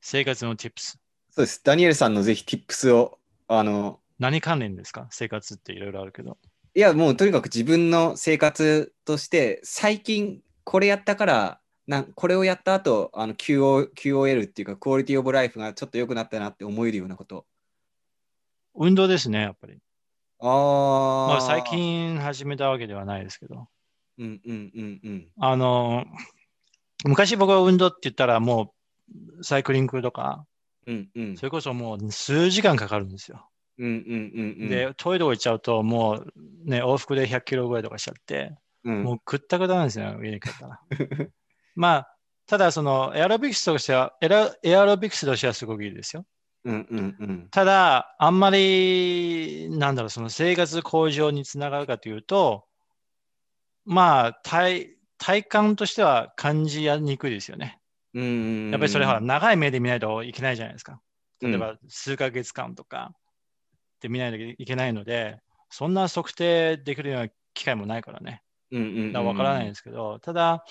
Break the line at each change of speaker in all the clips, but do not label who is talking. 生活の tips。
そうです。ダニエルさんのぜひ tips を、あの、
何関連ですか生活っていろいろあるけど。
いや、もうとにかく自分の生活として、最近これやったから、なんこれをやった後、あの QO QOL っていうか、クオリティオブライフがちょっと良くなったなって思えるようなこと。
運動ですね、やっぱり。
ああ。
まあ、最。近始めたわけではないですけど。
うんうんうんうん。
あの、昔僕は運動って言ったらもう、サイクリングとか、
うんうん。
それこそもう数時間かかるんですよ。
うんうんうんうん。
で、トイレ行っちゃうと、もうね、往復で100キロぐらいとかしちゃって、
うん、
もうくったくたなんですよ、家に帰った ら。まあ、ただそのエアロビクスとしては、エアエアロビクスとしてはすごくいいですよ。
うんうんうん。
ただ、あんまり、なんだろう、その生活向上につながるかというと、まあ、体、体感としては感じやにくいですよね。
うんうんうん。
やっぱりそれは長い目で見ないといけないじゃないですか。
うん
例えば数ヶ月間とかで見ないといけないので、そんな測定できるような機会もないからね。
うんうんうん、
だからわからないんですけど、ただ、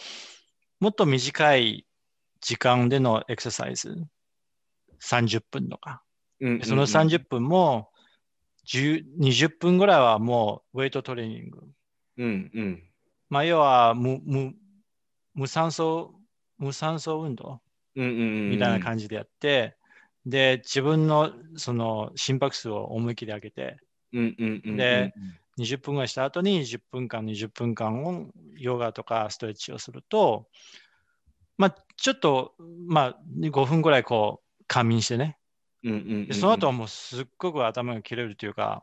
もっと短い時間でのエクササイズ、30分とか。
うんうんう
で
ん。
その30分も10 20分ぐらいはもうウェイトトレーニング。
うんうん。
まあ、要は無無無酸素、無酸素運動
うんうんうんうん。
みたいな感じでやって、で、自分のその心拍数を思い切り上げて、
じ。うんうんうんうん。
で、20分ぐらいした後に10分間、20分間をヨガとかストレッチをすると、まあ、ちょっと、まあ、5分ぐらいこう、仮眠してね。
うんうんうんう
で
ん。
その後はもうすっごく頭が切れるというか、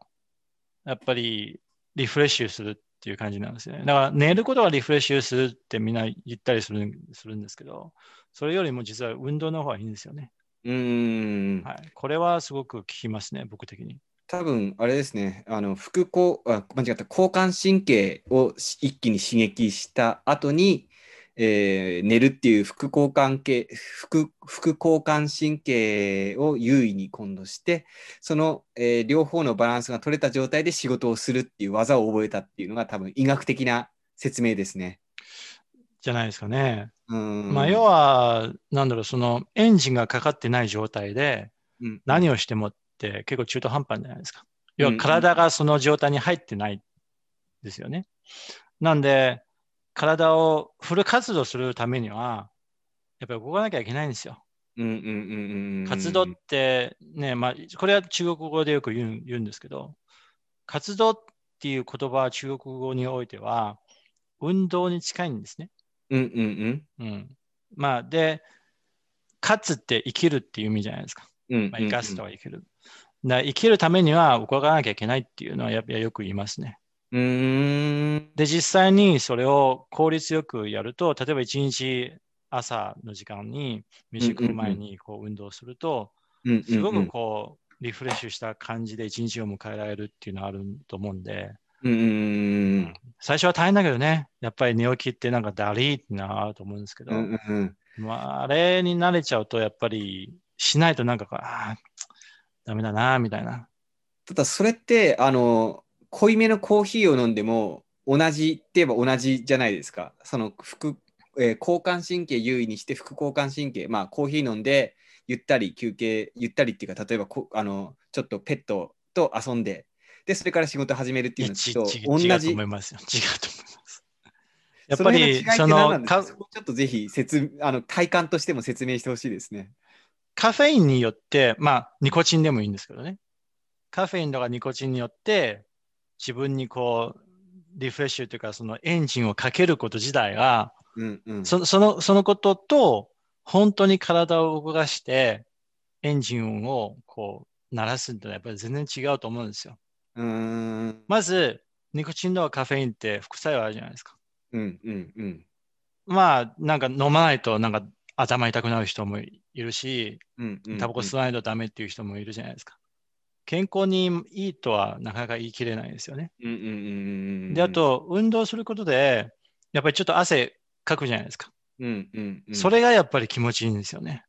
やっぱりリフレッシュするっていう感じなんですよね。だから寝ることがリフレッシュするってみんな言ったりするんするんですけど、それよりも実は運動の方がいいんですよね。
うんうんうん。
はい、これはすごく効きますね、僕的に。
多分あれですね、あの副交あ間違った交感神経をし一気に刺激した後に、えー寝るっていう副交感系副副交感神経を優位に今度して、その、えー両方のバランスが取れた状態で仕事をするっていう技を覚えたっていうのが多分医学的な説明ですね。
じゃないですかね。
うん。
まあ、要は、なんだろう、そのエンジンがかかってない状態で
うん
何をしてもって結構中途半端じゃないですか。要
う
は
ん
体がその状態に入ってないですよね。なんで、体をフル活動するためには、やっぱり動かなきゃいけないんですよ。
うんうんうんうんうん。
活動ってね、まあ、これは中国語でよく言う言うんですけど、活動っていう言葉は中国語においては、運動に近いんですね。
うんうん
うん。まあ、で、勝つって生きるっていう意味じゃないですか。
うん。うん
まあ、生かすとは生きる。だから生きるためには動かなきゃいけないっていうのはやっぱよく言いますね。
うーん。
で、実際にそれを効率よくやると、例えば一日朝の時間に飯食う前にこう運動すると、
うん
すご
うんう
く
ん
こうリフレッシュした感じで一日を迎えられるっていうのはあると思うんで、
うんうんうん。
最初は大変だけどね、やっぱり寝起きってなんかだりーってなると思うんですけど、
うんうんうん
まあ、あれに慣れちゃうと、やっぱりしないとなんかこう、ああ、ダメだな、みたいな。
ただそれってあの濃いめのコーヒーを飲んでも同じって言えば同じじゃないですかその副、えー交感神経優位にして副交感神経まあコーヒー飲んでゆったり休憩ゆったりっていうか例えばこあのちょっとペットと遊んででそれから仕事始めるっていうの
ち
と
ち
同じ
違うと思いますよ。 違うと思います。やっぱ
の辺の違い
り、
って
そ
何な
の
んです
カ
かそこちょっとぜひ説あの体感としても説明してほしいですね。
カフェインによって、まあ、ニコチンでもいいんですけどね。カフェインとかニコチンによって、自分にこう、リフレッシュというか、そのエンジンをかけること自体が、
うんうん、
そその、そのことと、本当に体を動かして、エンジンをこう、鳴らすってのはやっぱり全然違うと思うんですよ。
うーん
まず、ニコチンとかカフェインって副作用あるじゃないですか。
うんうんうん
まあ、なんか飲まないと、なんか頭痛くなる人もいるし、
うんうん
タバコ吸わないとダメっていう人もいるじゃないですか。健康にいいとはなかなか言い切れないですよね。
うんうんうんうんうん
で、あと、運動することで、やっぱりちょっと汗かくじゃないですか。
うんうんうん
それがやっぱり気持ちいいんですよね。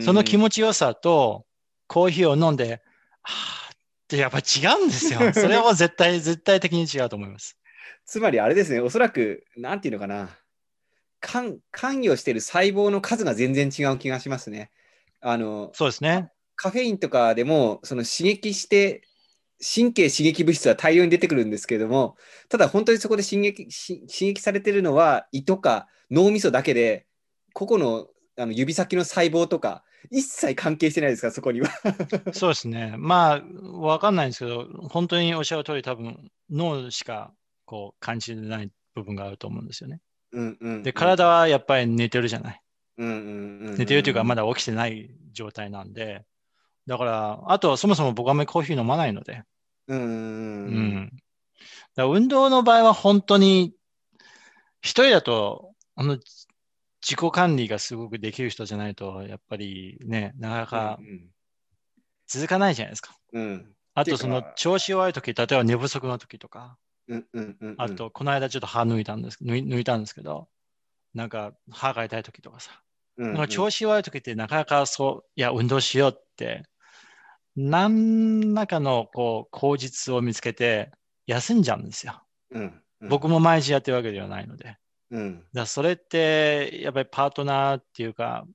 そ
そ
の気持ちよさと、コーヒーを飲んで、あーってやっぱ違うんです よ。それはもう絶対、絶対的に違うと思います。
つまりあれですね、おそらく、なんていうのかな、関関与している細胞の数が全然違う気がしますね。あの
そうですね。
カフェインとかでもその刺激して神経刺激物質は大量に出てくるんですけれどもただ本当にそこで刺激し刺激されてるのは胃とか脳みそだけで個々のあの指先の細胞とか一切関係してないですからそこには。
そうですね。まあ、わかんないんですけど、本当におっしゃる通り、多分脳しかこう感じてない部分があると思うんですよね。
うんうんうん
で、体はやっぱり寝てるじゃない。
うんうんうんうん
寝てるというか、まだ起きてない状態なんで、だから、あとはそもそも僕はあんまりコーヒー飲まないので、
うんう
うん
うん
ん。だから運動の場合は本当に、一人だと、あの、自己管理がすごくできる人じゃないと、やっぱりね、なかなか
うん
続かないじゃないですか。
うん
あと、そ
っ
の
ていうか
調子弱い時、例えば寝不足の時とか、
うんうんうんうん
あと、この間ちょっと歯抜いたんです抜い抜いたんですけど、なんか歯が痛い時とかさ、
うん
なんか調子悪い時ってなかなかそう、いや、運動しようって、何らかのこう口実を見つけて休んじゃうんですよ。
うんうん
僕も毎日やってるわけではないので。だか
うん
らそれって、やっぱりパートナーっていうか、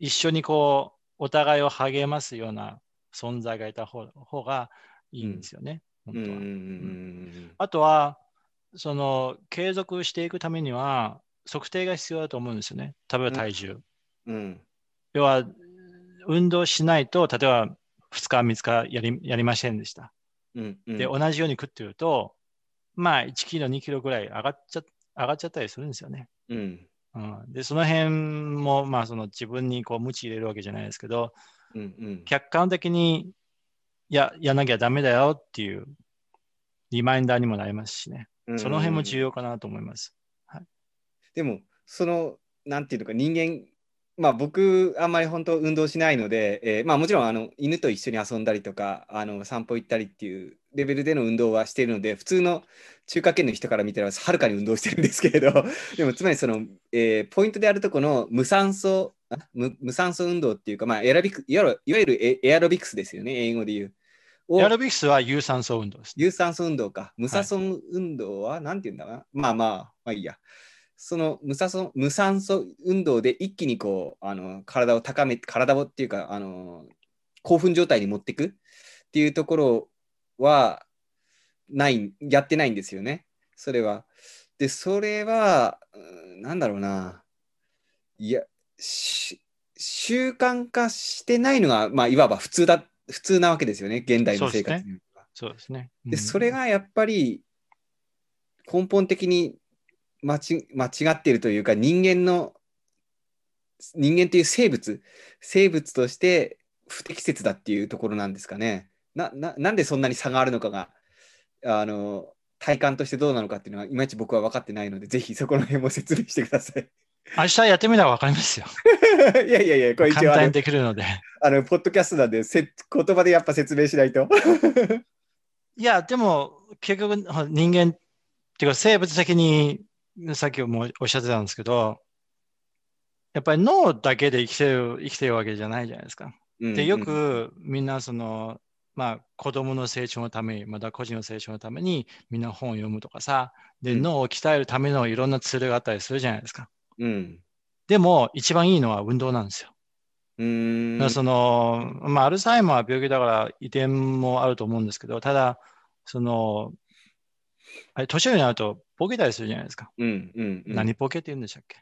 一緒にこう、お互いを励ますような存在がいた方方がいいんですよね、
うん
本
うん
当は。
うん
あとは、その継続していくためには測定が必要だと思うんですよね。例えば体重。
うんうん
要は、運動しないと、例えば2日、3日やりやりませんでした。
うんうん
で、同じように食ってると、まあ1キロ、2キロぐらい上がっちゃ上がっちゃったりするんですよね。
うん
うん、で、その辺も、まあその自分にこう、無知入れるわけじゃないですけど、
うんうん
客観的に、いや、やんなきゃダメだよっていうリマインダーにもなりますしね。その辺も重
要。
要かなと思います。
でも、その、なんていうのか、人間、まあ僕、あんまり本当運動しないので、えーまあもちろん、あの、犬と一緒に遊んだりとか、あの、散歩行ったりっていうレベルでの運動はしているので、普通の中華圏の人から見たら、はるかに運動してるんですけれど、 でも、つまりその、えーポイントであるとこの無酸素、あ無無酸素運動っていうか、まあ、エアビクいわゆるいわゆるエエアロビクスですよね、英語で言う。を
エアロビクスは有酸素運動です、ね。
有酸素運動か。無酸素運動は、なんて言うんだかな。まあまあ、まあいいや。その無酸素無酸素運動で一気にこうあの体を高め、体をっていうかあの、興奮状態に持っていくっていうところはない、やってないんですよね。それは。で、それは、うんなんだろうな。いや、し習慣化してないのが、まあ、いわば普通だ、普通なわけですよね、現代の生
そうで
活
す
には。
そうですね。う
で
ん
それ、がやっぱり根本的に間ち間違っているというか人間の人間という生物生物として不適切だっていうところなんですかね。なななんでそんなに差があるのかがあの体感としてどうなのかっていうのはいまいち僕は分かってないのでぜひそこの辺も説明してください。
明日やってみたら分かりますよ。
いやいやいやこれ一
簡
応あ
単に
の
できるので。
あのポッドキャストなんでせ言葉でやっぱ説明しないと。
いや、でも、結局、人間っていうか、生物的に、さっきもおっしゃってたんですけど、やっぱり脳だけで生きてる、生きてるわけじゃないじゃないですか。で、よくみんな、その、まあ、子供の成長のために、また個人の成長のために、みんな本を読むとかさ、で、
うん
脳を鍛えるためのいろんなツールがあったりするじゃないですか。
うん、
でも、一番いいのは運動なんですよ。
うん、うーん
だからその、まあ、アルツハイマーは病気だから遺伝もあると思うんですけど、ただ、その、あれ、年寄りになるとボケたりするじゃないですか。
うんうんうん、
何ボケって言うんでしたっけ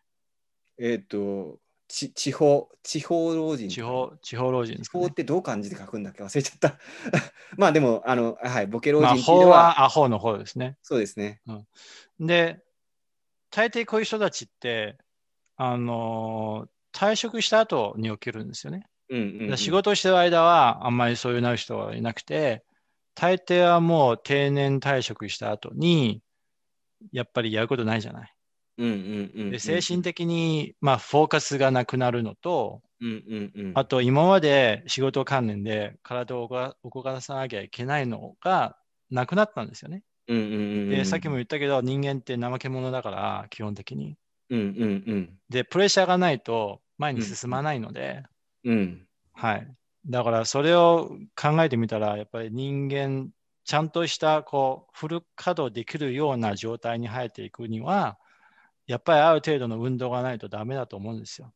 えっ、とち地方地方老人
地方、地方老人で
地
すか
方
ね、
ってどう漢字で書くんだっけ忘れちゃった まあでもあのはいボケ老
まあ、
人っていう
法
のは
はアホの方ですね。
そうですね
で、大抵こういう人たちって、あの退職した後に起きるんですよね。
うんうんうん、
仕事してる間はあんまりそういうなる人はいなくて、大抵はもう定年退職した後に、やっぱりやることないじゃない。
うんうんうんうん
で精神的に、まあ、フォーカスがなくなるのと、
うんうんうん
あと今まで仕事関連で体を動か動かさなきゃいけないのがなくなったんですよね。
うんうんうんうん
で、さっきも言ったけど、人間って怠け者だから、基本的に。
うんうんうん
で、プレッシャーがないと前に進まないので、
うん
はい。だからそれを考えてみたら、やっぱり人間、ちゃんとしたこうフル稼働できるような状態に入っていくには、やっぱりある程度の運動がないとダメだと思うんですよ。